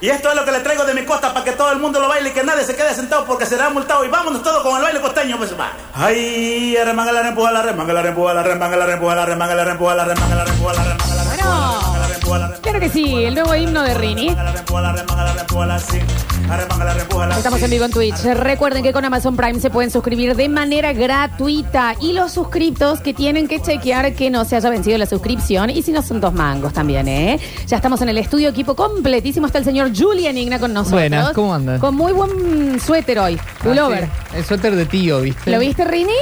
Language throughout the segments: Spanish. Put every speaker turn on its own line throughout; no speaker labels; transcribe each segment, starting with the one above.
Y esto es lo que le traigo de mi costa para que todo el mundo lo baile y que nadie se quede sentado porque será multado. Y vámonos todos con el baile costeño, pues va. Ay, remanga la rempuja, la remanga la rempuja, la remanga la rempuja, la remanga la rempuja, la remanga la rempuja, la remanga la rempuja, la remanga la rempuja, la remanga
Claro que sí, el nuevo himno de Rini.
la rempuja, la remanga la rempuja, la sí. La remanga la rempuja, la
Estamos
sí.
en vivo en Twitch. Recuerden que con Amazon Prime se pueden suscribir de manera gratuita. Y los suscriptos que tienen que chequear que no se haya vencido la suscripción. Y si no, son dos mangos también, ¿eh? Ya estamos en el estudio, equipo completísimo. Está el señor Julian Igna con nosotros.
Buenas, ¿cómo andas?
Con muy buen suéter hoy. Pullover.
Ah, sí, El suéter de tío, ¿viste?
¿Lo viste, Rini?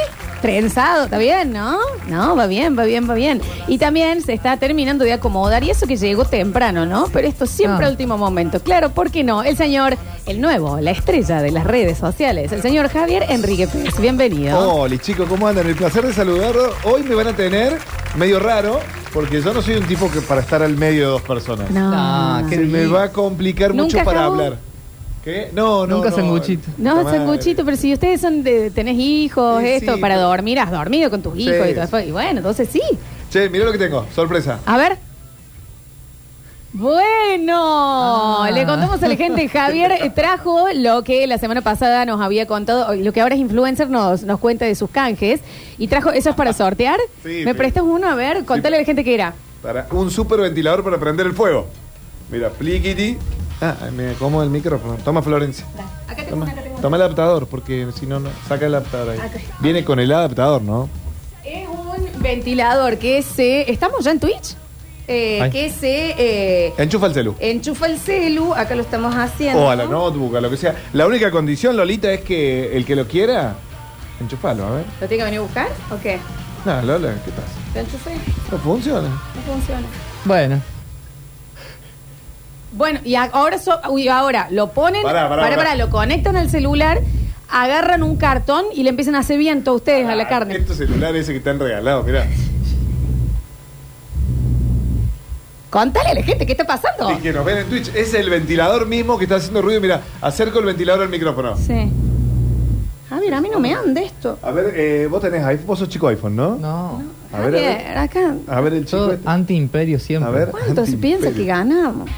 Trenzado, ¿está bien, no? No, va bien, va bien, va bien. Y también se está terminando de acomodar, y eso que llegó temprano, ¿no? Pero esto siempre
Ah.
a último momento. Claro, ¿por qué no? El señor, el nuevo, la estrella de las redes sociales, el señor Javier Enrique Pérez. Bienvenido.
Hola chicos, ¿cómo andan? El placer de saludarlos. Hoy me van a tener medio raro, porque yo no soy un tipo que para estar al medio de dos personas.
No,
No,
Se me va a complicar mucho
Nunca
para
acabó.
hablar. ¿Qué? No, no.
Nunca
no.
sanguchito.
no,
Puta madre.
Sanguchito, pero si ustedes son de, tenés hijos,
Sí,
esto,
sí,
para
pero-
dormir, has dormido con tus hijos
Sí.
y todo eso. Y bueno, entonces sí.
eh, Che, mirá lo que tengo, sorpresa.
A ver. Bueno,
Ah.
le contamos a la gente, Javier eh, trajo lo que la semana pasada nos había contado, lo que ahora es influencer, nos, nos cuenta de sus canjes, y trajo, eso es para sortear.
Sí,
¿Me
sí.
prestas uno? A ver, contale a la gente qué era.
Para un super ventilador para prender el fuego. Mira, pliquiti. Ah, me acomodo el micrófono. Toma, Florencia.
Acá tengo
Toma,
Eh, una, acá tengo Ah,
toma el adaptador, porque si no, no. Saca el adaptador ahí.
Acá.
Viene con el adaptador, ¿no?
Es un ventilador que se... ¿Estamos ya en Twitch? Eh,
Ay.
que se eh,
Enchufa el celu.
enchufa el celu, acá lo estamos haciendo.
O a la notebook, a lo que sea. La única condición, Lolita, es que el que lo quiera, enchufalo, a ver.
¿Lo tiene que venir a buscar o qué?
No, Lola, ¿qué pasa?
¿Lo enchufé?
No funciona.
No funciona.
Bueno,
Bueno, y a- ahora, so- uy, ahora lo ponen,
Pará,
pará,
pará, pará.
pará, lo conectan al celular, agarran un cartón y le empiezan a hacer viento a ustedes a la carne.
Ah, Estos celulares ese que te han regalado, mirá.
Contale a la gente qué está pasando.
Y que nos ven en Twitch. Es el ventilador mismo que está haciendo ruido. Mirá, acerco el ventilador al micrófono.
Sí. Javier, a mí no me ande esto.
A ver, eh, vos tenés iPhone, vos sos chico iPhone, ¿no?
no.
A ver, a ver.
Javier, acá.
A ver el chico.
Yo
este.
anti-imperio siempre.
A ver.
¿Cuánto se piensa que ganamos?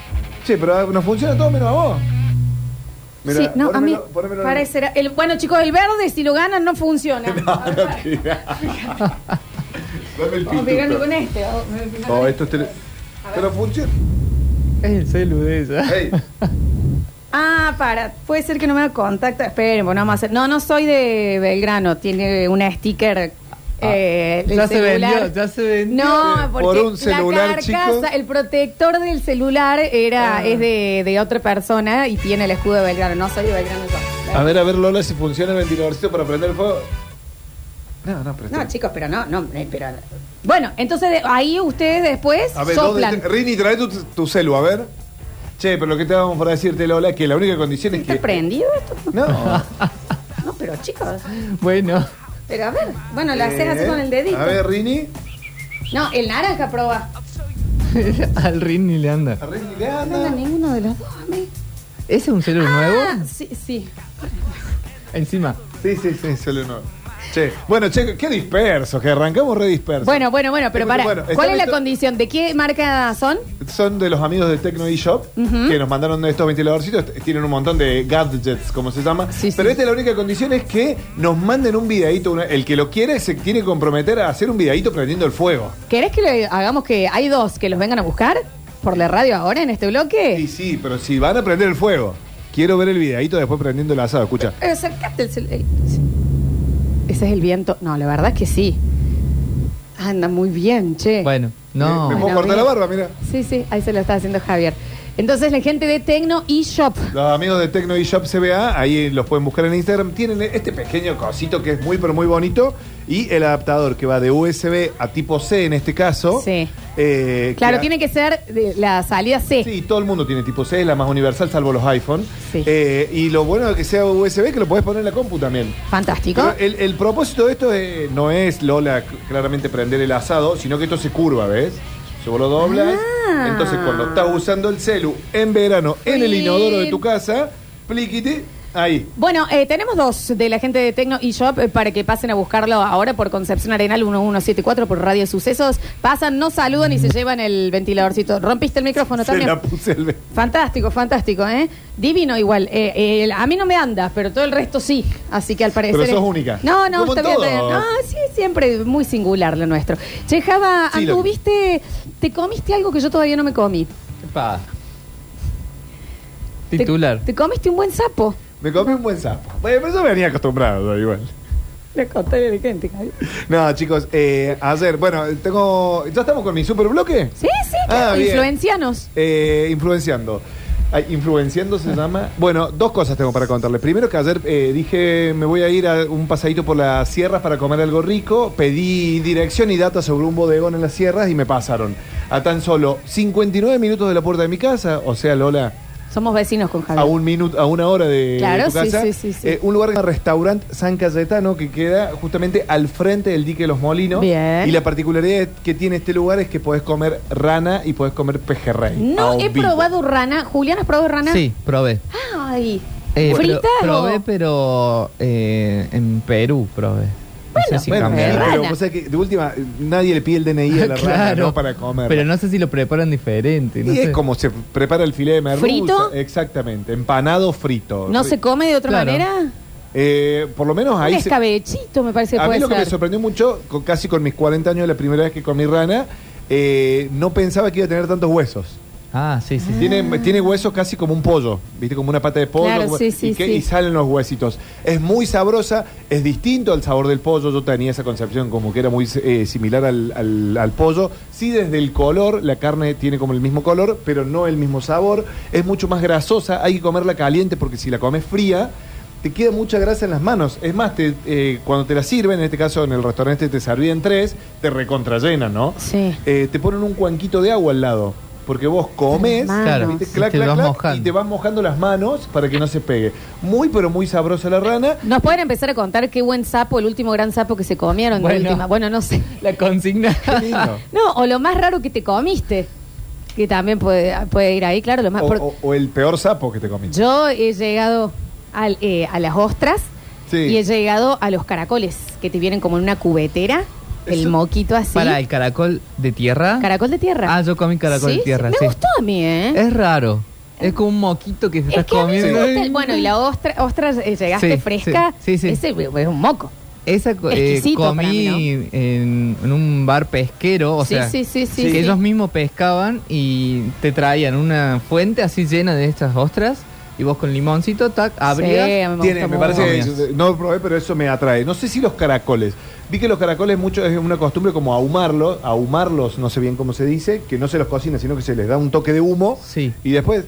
Che, pero ah, nos funciona todo menos a vos. Mirá,
sí, no, a mí
ponémelo, ponémelo en el-
parece... El, bueno, chicos, el verde, si lo ganan, no funciona.
No, no, tira. Dame el
Vamos a pegarlo con
pintuto.
este. vamos a pegarlo
No,
con
esto es
este.
tele... Pero funciona.
Es el celu de ella.
Ey,
Ah, para, puede ser que no me haga contacto. Esperen, bueno, vamos a hacer. No, no soy de Belgrano, tiene una sticker.
Ah,
eh, del
ya se
celular.
vendió, ya se vendió.
No, porque
Por un celular,
la carcasa,
chicos. Ah.
el protector del celular era es de, de otra persona y tiene el escudo de Belgrano. No soy de Belgrano yo.
A ver, a ver, Lola, si funciona el ventiladorcito para prender el fuego. No, no, pero
No,
está-
chicos, pero no, no, eh, pero bueno, entonces de- ahí ustedes después
A ver,
soplan.
¿dónde te- Rini, trae tu, tu celu, a ver. Che, pero lo que te vamos por decirte, Lola, es que la única condición es
¿Está
que.
prendido esto?
No.
No, pero chicos,
Bueno,
pero a ver, bueno, la haces así
Eh,
con el dedito.
A ver, Rini.
No, el naranja proba.
al ring ni le anda.
A Rini le
No anda
anda.
ninguno de los dos, a mí.
¿Ese es un celu
Ah,
nuevo?
sí, sí.
Encima.
Sí, sí, sí, solo no. Che, bueno, che, qué dispersos, que arrancamos re dispersos.
Bueno, bueno, bueno, pero para.
Escucha, bueno,
¿Cuál
están
es la
estos-
condición? ¿De qué marca son?
Son de los amigos de Tecno eShop
Ujú.
que nos mandaron estos ventiladorcitos. T- Tienen un montón de gadgets, como se llama.
Sí, sí.
Pero esta es la única condición es que nos manden un videíto. una- el que lo quiere se tiene que comprometer a hacer un videíto prendiendo el fuego.
¿Querés que le hagamos que hay dos que los vengan a buscar por la radio ahora en este
Sí,
bloque?
sí, pero si van a prender el fuego. Quiero ver el videíto después prendiendo el asado, escucha.
Eh, Acercate el celular. Ese es el viento. No, la verdad es que sí. Anda muy bien, che.
Bueno, no.
Eh, Me puedo
Bueno,
cortar la
mira.
barba, mira.
Sí, sí, ahí se lo está haciendo Javier. Entonces, la gente de Tecno y Shop.
Los amigos de Tecno y Shop CBA, ahí los pueden buscar en Instagram, tienen este pequeño cosito que es muy pero muy bonito y el adaptador que va de USB a tipo C en este caso.
Sí.
Eh,
Claro,
ha-
tiene que ser de la salida C.
Sí, todo el mundo tiene tipo C, es la más universal salvo los iPhone.
Sí.
Eh, y lo bueno de que sea USB que lo podés poner en la compu también.
Fantástico.
Pero el, el propósito de esto eh, no es, Lola, c- claramente prender el asado, sino que esto se curva, ¿ves? Si vos lo doblas,
Ah.
entonces cuando estás usando el celu en verano en el
Plin.
inodoro de tu casa, pliquite, Ahí.
Bueno, eh, tenemos dos de la gente de Tecno y Shop eh, para que pasen a buscarlo ahora por Concepción Arenal 1174 por Radio Sucesos. Pasan, nos saludan y se llevan el ventiladorcito. ¿Rompiste el micrófono
Se
también?
la puse el...
Fantástico, fantástico, ¿eh? Divino igual. Eh, eh, el- a mí no me andas, pero todo el resto sí. Así que al parecer.
Pero sos
es-
única.
No, no,
Como en
está bien,
todo.
está bien. No, sí, siempre muy singular lo nuestro. Che, Java,
Sí, lo-
anduviste. ¿Te comiste algo que yo todavía no me comí?
Epa.
Te-
Titular.
Te, comiste un buen sapo.
Me comí un buen sapo. Bueno, pero yo venía acostumbrado igual.
Le conté a la gente. Javi.
No, chicos, eh, ayer, bueno, tengo. ¿Ya estamos con mi super bloque?
Sí, sí,
Ah,
claro,
bien.
influencianos.
Eh, influenciando. Ay, influenciando se llama. Bueno, dos cosas tengo para contarles. Primero que ayer eh, dije me voy a ir a un pasadito por las sierras para comer algo rico. Pedí dirección y datos sobre un bodegón en las sierras y me pasaron a tan solo 59 minutos de la puerta de mi casa. O sea, Lola,
Somos vecinos con Javier.
a un minuto, a una hora de
Claro,
tu
sí,
casa.
sí, sí, sí.
Eh, un lugar que se llama restaurante San Cayetano que queda justamente al frente del dique de los molinos.
Bien.
Y la particularidad que tiene este lugar es que podés comer rana y podés comer pejerrey.
No
Au
he
vivo.
probado rana. Julián, ¿has probado rana?
Sí, probé.
Ay.
Eh, pero-
¿Frita o-
probé, pero eh, en Perú probé.
Bueno,
no sé si
Bueno,
cambiaron.
rana.
pero vos sabés que de última, nadie le pide el DNI a la rana ¿no? para comer.
Pero no sé si lo preparan diferente.
y
No
es
sé.
como se prepara el filete de merluza.
¿Frito?
Exactamente, empanado frito.
¿No se come de otra
Claro.
manera?
Eh, por lo menos
Un
ahí se-
escabechito me parece que
A mí
puede
lo que me
ser.
sorprendió mucho, co- casi con mis 40 años, la primera vez que comí rana, eh, no pensaba que iba a tener tantos huesos.
Ah, sí, sí. sí.
Tiene, tiene huesos casi como un pollo, ¿viste? Como una pata de pollo.
Claro,
como-
sí, sí,
y, que-
sí.
y salen los huesitos. Es muy sabrosa, es distinto al sabor del pollo. Yo tenía esa concepción como que era muy eh, similar al, al- al pollo. Sí, desde el color, la carne tiene como el mismo color, pero no el mismo sabor. Es mucho más grasosa, hay que comerla caliente porque si la comes fría. Te queda mucha grasa en las manos. Es más, te, eh, cuando te la sirven, en este caso en el restaurante te servían tres, te recontrallenan, ¿no?
Sí.
Eh, te ponen un cuanquito de agua al lado. Porque vos comes,
Hermano.
Claro,
¿viste?
y
Clac,
te
clac,
vas
clac,
mojando.
y te vas mojando las manos para que no se pegue. Muy, pero muy sabrosa la rana.
Nos pueden empezar a contar qué buen sapo, el último gran sapo que se comieron de
Bueno.
última. Bueno, no sé.
La consigna.
Qué lindo.
No, o lo más raro que te comiste. Que también puede, puede ir ahí, claro. Lo más,
O,
Ah, por-
o- o el peor sapo que te comiste.
Yo he llegado al, eh, a las ostras
Sí.
y he llegado a los caracoles, que te vienen como en una cubetera, el
Eso-
moquito así.
Para el caracol de tierra.
Caracol de tierra.
Ah, yo comí caracol
Sí,
de tierra,
sí.
sí.
Me gustó a mí, ¿eh?
Es raro. Es como un moquito que se
Es
estás
que a mí me
comiendo.
gusta el- bueno, y la ostra, ostra eh, llegaste
Sí,
fresca.
sí, sí, sí.
Ese es un moco.
Esa co- eh,
Exquisito para
comí
mí, ¿no?
en, en un bar pesquero, o
Sí,
sea,
sí, sí, sí,
que
sí.
ellos mismos pescaban y te traían una fuente así llena de estas ostras y vos con limoncito, tac, abrías.
Sí, a mí me
Tiene,
gusta
me
mucho.
parece que
mucho.
yo- no lo probé, pero eso me atrae. No sé si los caracoles. Vi que los caracoles mucho es una costumbre como ahumarlos, ahumarlos, no sé bien cómo se dice, que no se los cocina, sino que se les da un toque de humo.
Sí.
Y después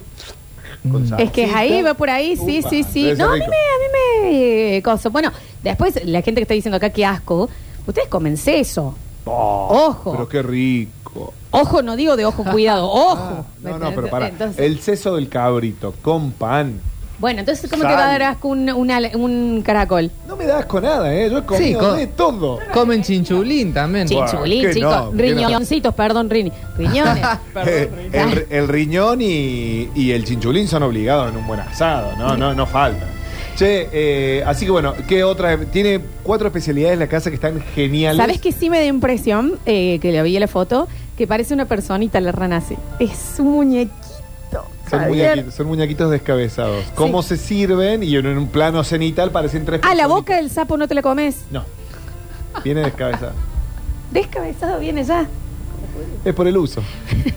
con
Mm.
sal.
Es que es ahí, va por ahí, sí,
Upa,
sí, sí.
debe ser
No, a mí me,
rico.
a mí me eh, coso. Bueno, después la gente que está diciendo acá que asco, ustedes comen eso.
Oh,
Ojo.
Pero qué rico.
Ojo, no digo de ojo, cuidado, ojo.
Ah, No, no, pero para.
Entonces-
El seso del cabrito con pan.
Bueno, entonces, ¿cómo
Sal.
te va a dar asco un, un ale- un caracol?
No me das con nada, ¿eh? Yo he comido
con-
de todo.
Comen chinchulín también.
Bueno,
Chinchulín,
que
chicos.
no, que
Riñoncitos, perdón, rini. Riñones.
Eh, el, el riñón y, y el chinchulín son obligados en un buen asado, no, no, no falta. Che, eh, así que bueno, ¿qué otra? Tiene cuatro especialidades la casa que están geniales.
¿Sabes que sí me da impresión eh, que le vi la foto? Que parece una personita la rana así. Es un muñequito.
Son,
Javier.
muñequi- son muñequitos descabezados. ¿Cómo se sirven? Y en un plano cenital parecen tres.
Ah, la
personitas.
boca del sapo no te la comes.
No. Viene descabezada.
Descabezado viene ya.
es por el uso.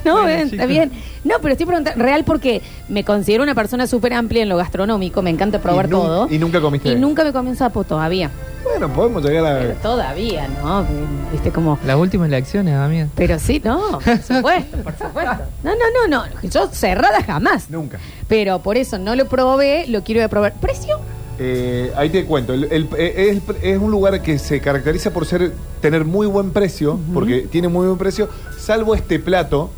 No,
Bueno,
ven, está
chicos.
bien. No, pero estoy preguntando, real porque me considero una persona súper amplia en lo gastronómico, me encanta probar
Y nun-
todo.
y nunca comiste
Y
bien.
nunca me comí un sapo todavía.
Bueno, podemos llegar
Pero
a.
todavía, ¿no? Viste como.
Las últimas elecciones, amiga.
Pero sí, no, por supuesto, por supuesto. No, no, no, no. Yo cerrada jamás.
Nunca.
Pero por eso no lo probé, lo quiero ir a probar. ¿Precio?
Eh, ahí te cuento. El- el- eh, es, es un lugar que se caracteriza por ser tener muy buen precio, porque tiene muy buen precio, salvo este plato,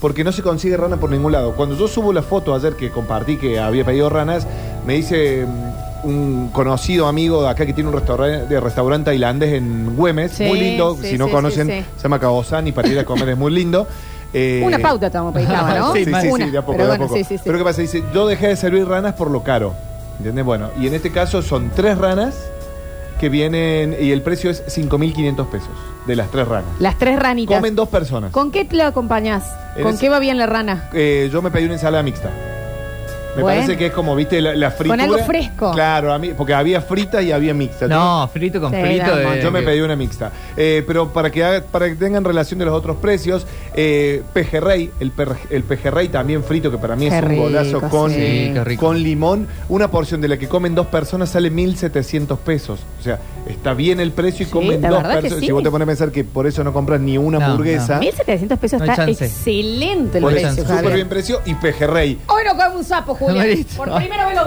porque no se consigue rana por ningún lado. Cuando yo subo la foto ayer que compartí que había pedido ranas, me dice mm, un conocido amigo de acá que tiene un restaurante de restaurante tailandés en Güemes,
Sí,
muy lindo.
sí,
si no
sí,
conocen,
sí, sí.
se llama Kaosan y para ir a comer es muy lindo. Eh,
Una pauta estamos para ir, ¿no?
Ah, Sí, sí, sí,
Una.
de a poco,
pero
de a
bueno,
poco.
sí, sí, sí.
Pero ¿qué pasa? Dice, yo dejé de servir ranas por lo caro. ¿Entendés? Bueno, y en este caso son tres ranas que vienen y el precio es 5.500 pesos de las tres ranas.
Las tres ranitas.
Comen dos personas.
¿Con qué la acompañás? ¿Con
Eres-
qué va bien la rana?
Eh, yo me pedí una ensalada mixta. Me
Bueno.
parece que es como, viste, la, la fritura.
algo fresco.
Claro, a mí, porque había frita y había mixta.
No, frito con
Sí,
frito.
vamos.
eh,
Yo me pedí una mixta. Eh, pero para que, haga- para que tengan relación de los otros precios, eh, pejerrey, el, per- el pejerrey también frito, que para mí es
Qué
un
rico,
golazo con,
sí. Sí,
qué rico.
con limón. Una porción de la que comen dos personas sale 1.700 pesos. O sea, está bien el precio y
Sí,
comen
la
dos
verdad que
personas.
sí.
Si vos te pones a pensar que por eso no compras ni una
No,
hamburguesa,
1.700 pesos
No hay
está
chance.
excelente el
¿Ah? por
precio,
eso,
Javier.
súper bien precio y pejerrey.
Hoy no come un sapo, Julia.
Marito.
Por primera vez los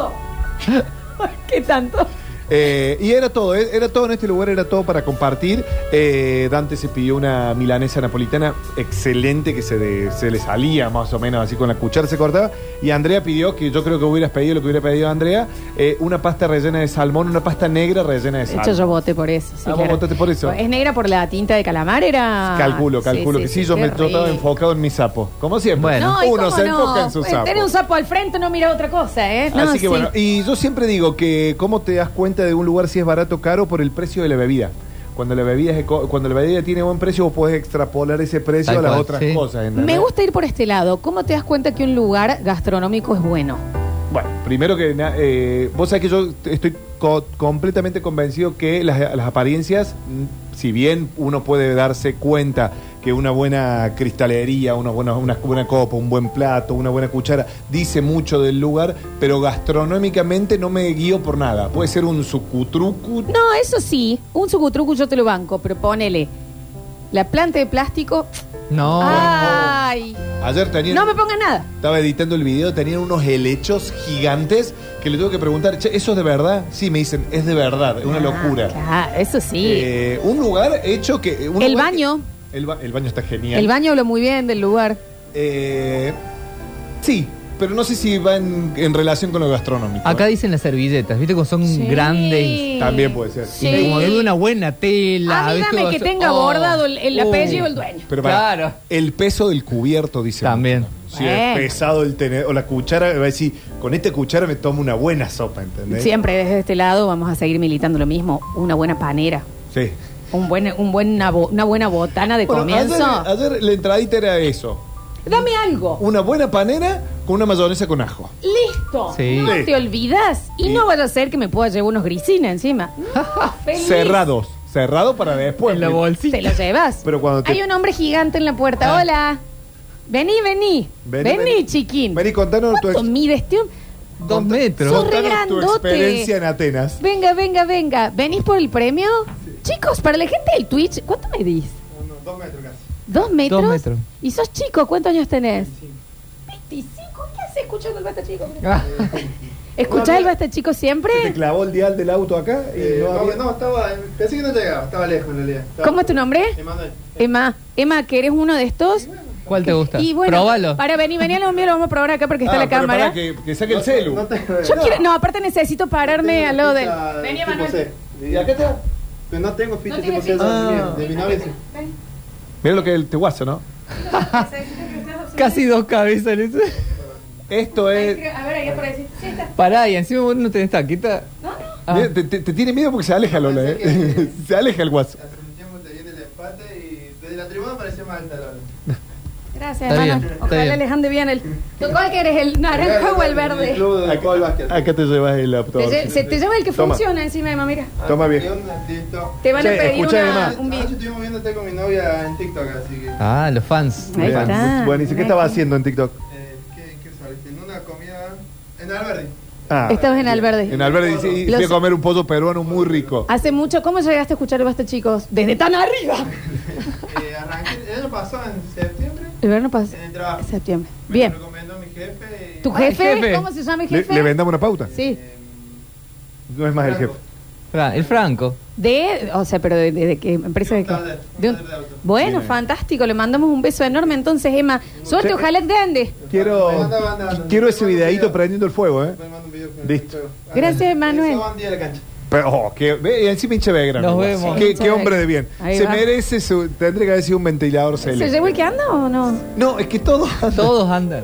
dos. ¿Qué tanto?
Eh, y era todo, eh, era todo en este lugar, era todo para compartir. Eh, Dante se pidió una milanesa napolitana excelente que se, de- se le salía más o menos así con la cuchara se cortaba. Y Andrea pidió, que yo creo que hubieras pedido lo que hubiera pedido Andrea, eh, una pasta rellena de salmón, una pasta negra rellena de
De hecho,
salmón.
yo voté por eso. sí,
Ah, vos
claro.
votaste por eso.
¿Es negra por la tinta de calamar? Era.
Calculo, calculo que sí, yo,
qué
me, yo estaba
rico.
enfocado en mi sapo. Como siempre,
Bueno.
No, ¿y
uno
cómo
se
no? Eh,
enfoca en su sapo.
Tener un sapo al frente no mira otra cosa, ¿eh? No,
Así que
sí.
bueno, y yo siempre digo que cómo te das cuenta de un lugar si es barato o caro por el precio de la bebida. Cuando la bebida, es eco- cuando la bebida tiene buen precio, vos podés extrapolar ese precio
Tal
a las
cual,
otras
sí.
cosas. ¿entendés?
Me gusta ir por este lado. ¿Cómo te das cuenta que un lugar gastronómico es bueno?
Bueno, primero que na- eh, vos sabés que yo t- estoy co- completamente convencido que las, las apariencias, mm, si bien uno puede darse cuenta que una buena cristalería, una buena, una buena copa, un buen plato, una buena cuchara, dice mucho del lugar, pero gastronómicamente no me guío por nada. Puede ser un sucutrucu,
No, eso sí. Un sucutrucu yo te lo banco, pero ponele. La planta de plástico.
Oh, No.
¡Ay!
Ayer tenía,
No me pongan nada.
estaba editando el video, tenían unos helechos gigantes que le tengo que preguntar, "Che, ¿eso es de verdad? Sí, me dicen, es de verdad, es una locura.
Ah, eso sí.
Eh, un lugar hecho que... un
El
lugar que-
baño.
el, ba- el baño está genial.
El baño habló muy bien del lugar.
Eh, sí, pero no sé si va en, en relación con lo gastronómico.
Acá
eh.
dicen las servilletas, ¿viste? Como son
Sí.
grandes.
También puede ser.
Y
Sí.
como de una buena tela.
A mí
¿viste?
dame que
Vos-
tenga
oh. Uh.
bordado el, el
Oh.
apellido del dueño.
Pero pará,
Claro.
el peso del cubierto, dice.
También.
mucho. Si
Bueno.
es pesado el tenedor o la cuchara, va a decir, con esta cuchara me tomo una buena sopa, ¿entendés?
Siempre desde este lado vamos a seguir militando lo mismo. Una buena panera.
Sí.
Un buen, un buen, una, bo- una buena botana de
Bueno,
comienzo.
Ayer, ayer la entradita era eso.
Dame algo.
Una buena panera con una mayonesa con ajo.
Listo.
Sí.
No
Sí.
te olvidas. Y
Sí.
no vaya a ser que me pueda llevar unos grisines encima. No, feliz.
Cerrados. Cerrado para después.
En la bolsita.
Te lo llevas.
Pero cuando te-
Hay un hombre gigante en la puerta.
Ah.
Hola. Vení, vení. Vení, chiquín.
Vení, contanos tu,
¿Cuánto
ex-
mide este hombre?
Dos metros.
Sos re
contanos tu
grandote.
experiencia en Atenas.
Venga, venga, venga. ¿Venís por el premio? Chicos, para la gente del Twitch, ¿cuánto medís?
dos metros casi.
¿Dos metros?
Dos metros.
¿Y sos chico? ¿Cuántos años tenés? 25. ¿Qué haces escuchando el basta chico?
Ah,
¿Escuchás el basta chico
Te
siempre?
clavó el dial del auto acá y
Eh,
no
no,
había-
no, estaba, pensé que no llegaba, estaba lejos en realidad. Estaba-
¿Cómo es tu nombre?
Emanuel.
Emma. Emma, que eres uno de estos.
¿Cuál te gusta?
Y bueno,
Próbalo.
para venir, venir a lo mío, lo vamos a probar acá porque está
Ah,
la
pero
cámara.
pará, que, que saque el celu.
No tengo-
Yo
no,
quiero, no, aparte necesito pararme
tengo
al lado del.
ficha
Vení,
tipo
Manuel.
C.
¿Y acá Ah. está?
Pero no tengo ficha
No tiene
tipo C de
ficha.
nacimiento, de mi novia.
Mira lo que es el teguazo, ¿no?
Ah. Casi dos cabezas en eso.
Esto es.
A ver, ahí por decir.
Pará, y encima vos no tenés taquita. Ah.
Mira, Te, te- te tiene miedo porque se aleja Lola, ¿eh? se aleja el guaso.
Hace un tiempo te viene el empate y desde la tribuna parecía más alta la
Gracias,
Está
hermano.
bien, está
Ojalá
bien.
les ande bien el. ¿Cuál que eres? ¿El naranja o el verde?
club de fútbol básquet.
Acá te llevas el
Te
laptop.
lle- se te lleva el que
Toma.
funciona encima, Emma, mira.
Ah,
Toma bien.
y un artista.
Te van a
Che,
pedir
escuchá,
una,
Emma.
un
Anoche
bien.
estuvimos viendo este con mi novia en TikTok, así que...
Ah, los fans.
Ahí
Los fans.
está.
Bueno, ¿y qué estaba haciendo en TikTok?
Eh, ¿Qué, qué saliste? En una comida... En Alberdi.
Ah,
Estabas en Alberdi.
en Alberdi sí,
Los- Ah,
fui a comer un pollo peruano muy rico.
Hace mucho, ¿cómo llegaste a escuchar el Basta, chicos? Desde tan arriba.
Eh, arranqué, el año pasado, en septiembre,
El verano pasó.
en el trabajo.
Septiembre.
Me
Bien.
lo recomendó mi jefe. y- Eh,
¿Tu
Ah, el
jefe?
jefe.
¿Cómo se llama el
Le,
jefe?
le vendamos una pauta.
Sí.
No es más el jefe.
Fra- El Franco.
De, o sea, pero de, de- de qué empresa de,
De un
qué?
taller, un
De un-
taller de auto.
Bueno,
Bien.
fantástico. Le mandamos un beso enorme entonces, Emma. Suerte,
Sí.
ojalá te ande.
Quiero,
Anda, anda, anda.
quiero ese videíto prendiendo el fuego, ¿eh?
Me manda un video con el
Listo.
juego. Ah,
Gracias,
el
Manuel.
sábado día de la cancha.
Pero, oh, que, ve, y encima hincha Belgrano.
Nos
Guas.
vemos.
Qué,
Hincha
qué
Belgrano.
hombre de bien.
Ahí
se
va.
merece su. Tendría que haber sido un ventilador
¿Se
celeste.
llevó el que anda o no?
No, es que todo.
Todos andan.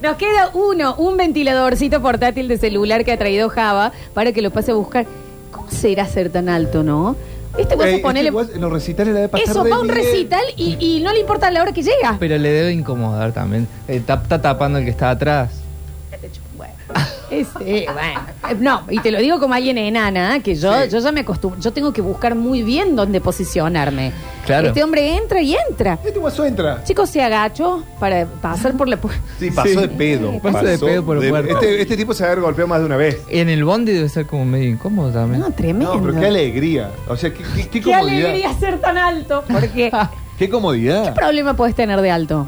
Nos queda uno, un ventiladorcito portátil de celular que ha traído Java para que lo pase a buscar. ¿Cómo será ser tan alto, no? Este
Ey,
guaso
este
ponele.
guas- en los recitales la de pasar
Eso
de
va a un
Miguel.
recital y, y no le importa la hora que llega.
Pero le debe incomodar también. Eh, tap- Está tapando el que está atrás.
Bueno, ese, bueno. Eh, No, y te lo digo como alguien enana, ¿eh? que yo,
Sí.
yo ya me acostumbro. Yo tengo que buscar muy bien dónde posicionarme.
Claro.
Este hombre entra y entra.
Este guaso entra.
Chicos, se agachó para pasar por la puerta.
Sí, pasó de pedo.
Pasó de pedo por el puerto.
Este, este tipo se ha golpeado más de una vez.
En el bondi debe ser como medio incómodo también.
No, tremendo.
No, pero qué alegría. O sea, qué, qué- qué
Qué
comodidad.
alegría ser tan alto. Porque,
Qué comodidad.
¿qué problema puedes tener de alto?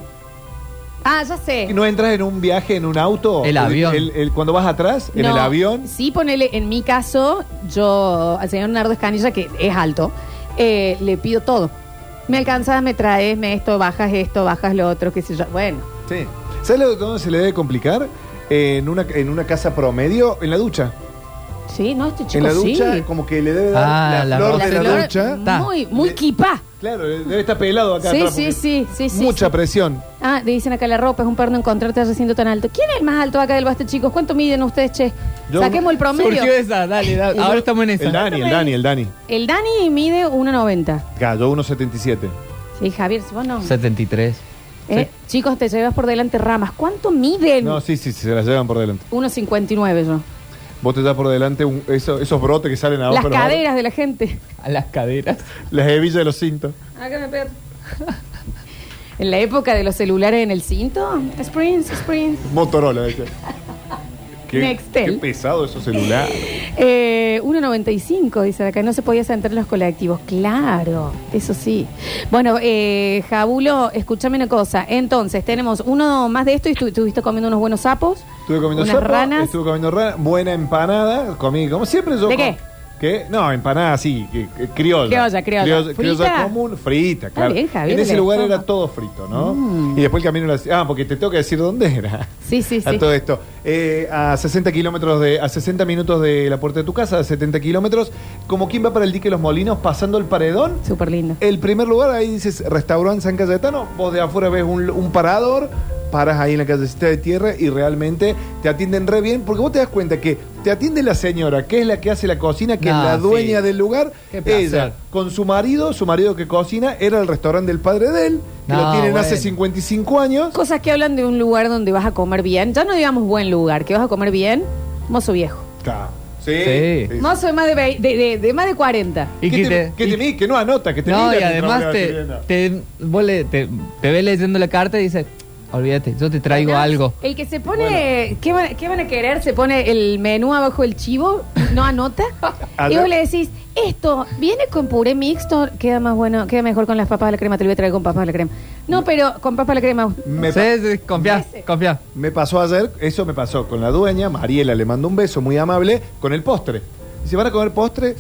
Ah, ya sé.
¿No entras en un viaje, en un auto?
El avión.
el- el- cuando vas atrás, en
No,
el avión.
Sí, ponele, en mi caso, yo al señor Nardo Escanilla, que es alto, eh, le pido todo. Me alcanzas, me traes, me esto, bajas esto, bajas lo otro, qué sé yo. Bueno,
Sí. ¿Sabes lo- dónde se le debe complicar? En una, en una casa promedio, en la ducha.
sí, no, este chico
en la
sí.
ducha, como que le debe dar
Ah,
la
la
flor
rosa.
de la,
flor,
ducha.
Muy, muy
Le-
quipá.
Claro, le- debe estar pelado acá
Sí,
atrás
sí,
porque-
sí, sí, sí.
Mucha
sí.
presión.
Ah, te dicen acá la ropa, es un perno encontrarte haciendo tan alto. ¿Quién es el más alto acá del basta, chicos? ¿Cuánto miden ustedes, che?
Yo-
Saquemos el promedio.
Surgió esa, dale, da-
Uno-
ahora estamos en
El
esa.
Dani, el Dani, el Dani.
El Dani mide 1,90.
Cayó 1.77.
Sí, Javier, vos no.
73.
Eh, Chicos, te llevas por delante ramas. ¿Cuánto miden?
No, sí, sí, sí, se la llevan por delante.
1,59 yo.
Vos te das por delante un- eso- esos brotes que salen abajo.
Las
de los árboles.
caderas de la gente.
A las caderas.
Las hebillas de los cintos.
Acá me pego. en la época de los celulares en el cinto. Sprints, sprints.
Motorola, decía.
Nextel.
qué pesado esos celulares.
Eh, 1.95, dicen acá, no se podía sentar en los colectivos. Claro, eso sí. Bueno, eh, Jabulo, escúchame una cosa. Entonces, tenemos uno más de esto y estu- estuviste comiendo unos buenos sapos.
Estuve comiendo
unas
sopa,
ranas.
estuve comiendo rana, buena empanada, comí como siempre yo.
¿De
com-
qué?
¿Qué? No, empanada sí, que- que- criolla.
Criolla, criolla.
Criolla, criolla
¿Frita?
común, frita, claro.
bien, Javier,
en ese
le
lugar
toma.
era todo frito, ¿no? Y después el camino era así- Ah, porque te tengo que decir dónde era.
Sí, Mm. sí,
A
sí.
todo esto. Eh, a 60 kilómetros de. A 60 minutos de la puerta de tu casa, a 70 kilómetros. Como quien va para el dique Los Molinos, pasando el paredón.
Súper lindo.
El primer lugar, ahí dices restaurante San Cayetano, vos de afuera ves un, un parador, paras ahí en la callecita de tierra y realmente te atienden re bien, porque vos te das cuenta que te atiende la señora, que es la que hace la cocina, que
Ah,
es la dueña
sí.
del lugar,
Qué placer.
ella con su marido, su marido que cocina, era el restaurante del padre de él, que lo
No,
tienen hace
Ah, bueno.
55 años.
Cosas que hablan de un lugar donde vas a comer bien. Ya no digamos buen lugar, que vas a comer bien. Mozo viejo.
Claro. Sí.
Sí.
Sí.
Mozo de más de, vei- de, de- de más de 40.
¿Qué
que
te, que te mi- que no anota, que te
No,
mira
y
mientras
además
vas
te,
escribiendo.
te, vos le- te, te ve leyendo la carta y dice, olvídate, yo te traigo
No,
algo.
El que se pone. ¿qué, van, qué van a querer? Se pone el menú abajo del chivo, no anota. y
Allá-
vos le decís, esto viene con puré mixto, queda más bueno, queda mejor con las papas a la crema. Te lo voy a traer con papas a la crema. No, pero con papas a la crema.
Me
Sí, sí, confía,
Ese.
confía.
Me pasó ayer, eso me pasó con la dueña, Mariela le mandó un beso muy amable, con el postre. Dice, ¿van a comer postre?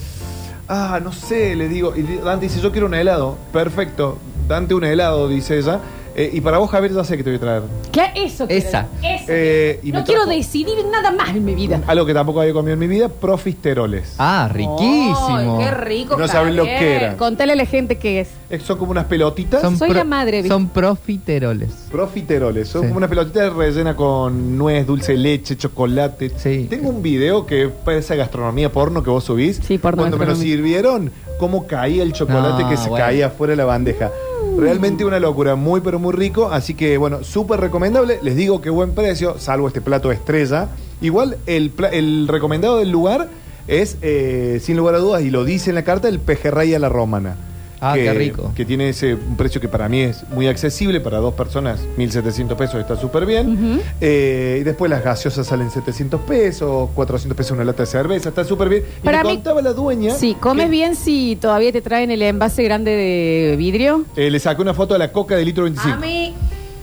Ah, no sé, le digo. Y Dante dice, yo quiero un helado. Perfecto, Dante un helado, dice ella. Eh, y para vos, Javier, ya sé que te voy a traer.
Claro, eso. quiero.
Esa.
Eso.
Eh, y
no
me
quiero
trajo Ah,
decidir nada más en mi vida.
Algo que tampoco había comido en mi vida, profisteroles.
Ah, riquísimo.
Ay, qué rico.
No saben lo
Javier.
que era.
Contale a la gente qué es.
Eh, Son como unas pelotitas.
Son
Soy la madre, vi.
Son profiteroles.
Profiteroles, son
Sí.
como unas pelotitas rellenas con nuez, dulce de leche, chocolate.
Sí.
Tengo un video que parece gastronomía porno que vos subís.
Sí, porno
Cuando me lo
gastronomía.
sirvieron, cómo caía el chocolate
No,
que se
bueno.
caía afuera de la bandeja. Realmente una locura, muy pero muy rico, así que bueno, súper recomendable. Les digo que buen precio, salvo este plato estrella. Igual el, pla- el recomendado del lugar es, eh, sin lugar a dudas, y lo dice en la carta, el pejerrey a la romana.
Ah, qué rico.
Que tiene ese un precio que para mí es muy accesible, para dos personas 1.700 pesos está súper bien. Eh, y después las gaseosas salen 700 pesos, 400 pesos una lata de cerveza, está súper bien. Y
Para
me
mí-
contaba la dueña...
Sí, comes
que,
bien si todavía te traen el envase grande de vidrio.
eh, le saqué una foto a la coca de litro 25.
A mí,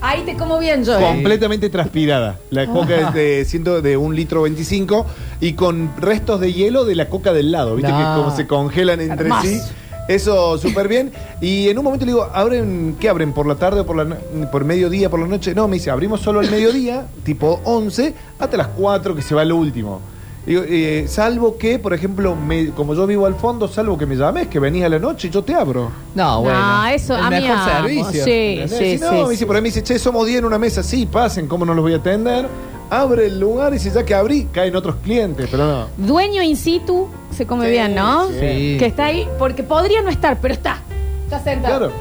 ahí te como bien yo. ¿eh?
Completamente transpirada. La coca es de, ciento, de un litro 25 y con restos de hielo de la coca del lado, ¿viste?
No.
Que como se congelan entre
Hermoso.
sí. Eso súper bien. Y en un momento le digo, ¿abren, ¿qué abren? ¿Por la tarde o por, la, no- por mediodía, por la noche? No, me dice, abrimos solo al mediodía, tipo 11, hasta las 4 que se va el último. Digo, eh, salvo que, por ejemplo, me- como yo vivo al fondo, salvo que me llames, que venís a la noche y yo te abro.
No, bueno.
No, eso,
el
a mí
mejor
amo.
servicio.
Sí,
¿Entendés?
sí,
Si no,
sí,
me
sí.
dice, por ahí me dice, che, somos 10 en una mesa. Sí, pasen, ¿cómo no los voy a atender? Abre el lugar y si ya que abrí, caen otros clientes, pero no.
Dueño in situ se come
Sí,
bien, ¿no?
sí.
Que está ahí, porque podría no estar, pero está. Está sentado.
Claro.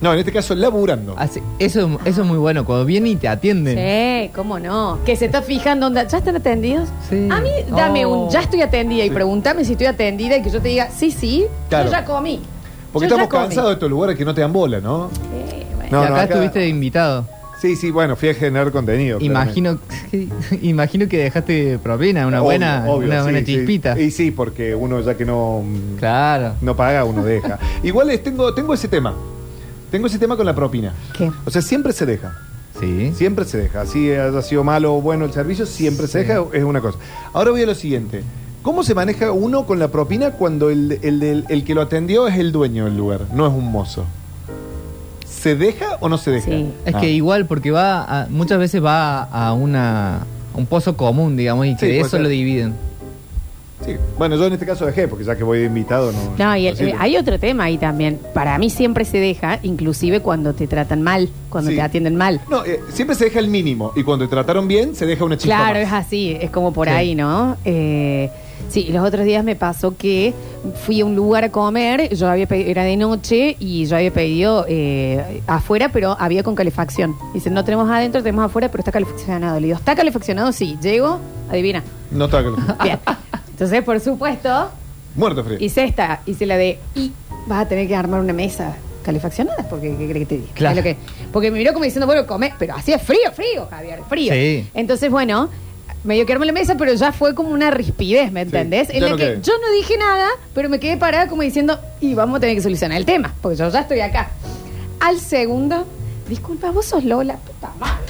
No, en este caso, laburando.
Así- eso, eso es muy bueno, cuando vienen y te atienden.
Sí, cómo no. Que se está fijando, onda, ¿ya están atendidos?
Sí.
A mí, dame
Oh.
un, ya estoy atendida y
Sí.
pregúntame si estoy atendida y que yo te diga, sí, sí,
Claro.
yo ya comí.
Porque
Yo ya
estamos
comí.
cansados de estos lugares que no te dan bola, ¿no?
Eh, bueno.
Y
No,
acá,
no, acá-
estuviste de invitado.
Sí, sí, bueno, fui a generar contenido.
Imagino, imagino que dejaste propina, una
claramente.
buena,
Obvio, obvio,
una
sí,
buena
sí.
chispita.
Y sí, porque uno ya que no, mm,
Claro.
no paga, uno deja. Igual es- tengo, tengo ese tema. Tengo ese tema con la propina.
¿Qué?
O sea, siempre se deja.
Sí.
Siempre se deja. Así haya sido malo o bueno el servicio, siempre se
Sí.
deja, es una cosa. Ahora voy a lo siguiente. ¿Cómo se maneja uno con la propina cuando el, el del- el que lo atendió es el dueño del lugar, no es un mozo? ¿Se deja o no se deja?
Sí.
Es
Ah.
que igual, porque va a- muchas veces va a una, a un pozo común, digamos, y que
Sí,
de
puede
eso
ser.
lo dividen.
Sí. Bueno, yo en este caso dejé, porque ya que voy de invitado, no.
No, y el-
sirve.
eh, hay otro tema ahí también. Para mí siempre se deja, inclusive cuando te tratan mal, cuando
Sí.
te atienden mal.
No, eh, siempre se deja el mínimo. Y cuando te trataron bien, se deja una chica.
Claro,
más.
es así, es como por
Sí.
ahí, ¿no? Eh, sí, los otros días me pasó que fui a un lugar a comer, yo había pedido, era de noche y yo había pedido eh, afuera, pero había con calefacción. Dicen, no tenemos adentro, tenemos afuera, pero está calefaccionado. Le digo, ¿está calefaccionado? Sí, llego, adivina.
No está claro.
Bien. Entonces, por supuesto,
Muerto frío.
hice esta, hice la de, y vas a tener que armar una mesa calefaccionada, porque ¿qué crees que te diga?
Claro.
Es lo que- porque me miró como diciendo, bueno, come, pero hacía frío, frío, Javier, frío.
Sí.
Entonces, bueno, medio que armé la mesa, pero ya fue como una rispidez, ¿me entendés?
ya
en la
no
que
quedé.
yo no dije nada, pero me quedé parada como diciendo, y vamos a tener que solucionar el tema, porque yo ya estoy acá. Al segundo, disculpa, vos sos Lola, puta madre.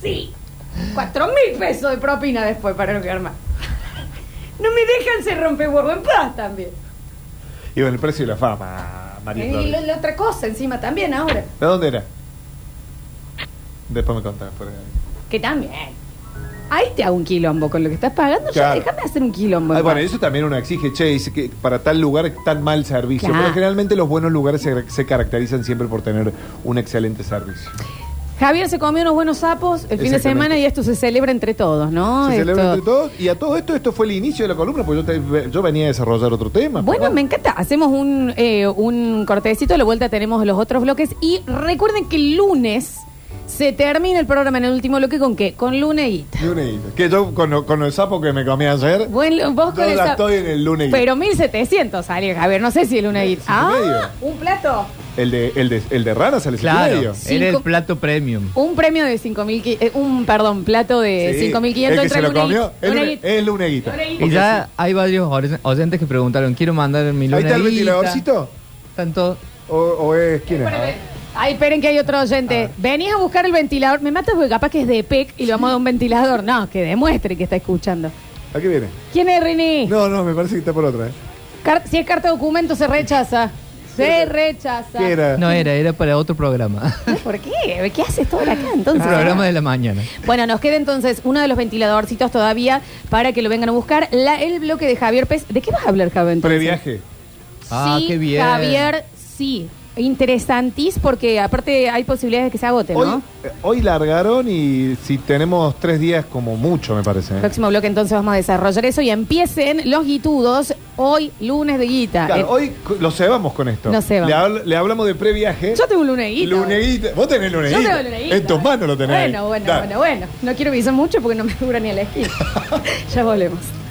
sí, cuatro mil pesos de propina después para no quedar mal. No me dejan se rompe huevo en paz también.
Y bueno, el precio de la fama, María.
Eh,
Clara.
y la, la otra cosa encima también ahora.
¿De dónde era? Después me contás. por ahí.
Que también. Ahí te hago un quilombo con lo que estás pagando.
Claro.
Ya déjame hacer un quilombo. en
Ah, bueno,
paz.
eso también uno exige, che, dice que para tal lugar tan mal servicio.
Claro.
Pero generalmente los buenos lugares se, se caracterizan siempre por tener un excelente servicio.
Javier se comió unos buenos sapos el fin de
Exactamente.
semana y esto se celebra entre todos, ¿no?
se celebra
Ah, Esto-
entre todos. Y a todo esto, esto fue el inicio de la columna, porque yo, te- yo venía a desarrollar otro tema. pues,
Bueno,
perdón.
me encanta. Hacemos un, eh, un cortecito, a la vuelta tenemos los otros bloques. Y recuerden que el lunes se termina el programa en el último bloque con qué? Con luneguita.
Y una hilo. Que yo con, lo- con el sapo que me comí ayer.
Bueno, vos
Yo
con el
la
sap-
estoy en el lunes.
Pero 1700 salió, Javier. No sé si el luneguita.
y medio.
Ah, un plato.
El de, el de, el de rana sale
Claro,
sin
era el
Cinco-
plato premium.
Un premio de 5.000, eh, un, perdón, plato de
medio. Sí,
5.500
El que
entra
se lo
Luna
comió
Eat.
es
Luna
Luna-
Eat.
es luneguita.
Luna Eat.
Y ya hay varios oy- oyentes que preguntaron, quiero mandar mi luna.
Ahí está el ventiladorcito.
Tanto.
¿O, o es quién es?
Espérame. Ay, esperen que hay otro oyente. Venís a buscar el ventilador. Me matas porque capaz que es de PEC y lo vamos a dar un ventilador. No, que demuestre que está escuchando.
¿A qué viene?
¿Quién es René?
No, no, me parece que está por otra. ¿eh?
Car- si es carta de documento, se rechaza. Se rechaza.
¿Qué era?
No era, era para otro programa.
¿Por qué? ¿Qué haces todo acá
el
Ah.
entonces?
Ah. programa de la mañana.
Bueno, nos queda entonces uno de los ventiladorcitos todavía para que lo vengan a buscar. La- el bloque de Javier Pérez. ¿De qué vas a hablar, Javier? entonces?
Previaje.
Ah,
sí,
qué bien.
Javier, sí. Interesantís porque aparte hay posibilidades de que se agote,
Hoy,
Este, ¿no?
eh, hoy largaron y si tenemos tres días como mucho, me parece. ¿eh?
Próximo bloque entonces vamos a desarrollar eso y empiecen los guitudos hoy lunes de guita.
Claro,
Eh,
hoy c- lo cebamos con esto.
Lo cebamos.
Le, habl- le hablamos de previaje.
Yo tengo un lunes de guita.
Luneguita. Vos tenés
Yo
luneguita.
tengo lunes de guita.
En tus manos lo tenés.
Bueno, bueno,
Dale.
bueno, bueno. No quiero avisar mucho porque no me dura ni a la esquina. ya volvemos.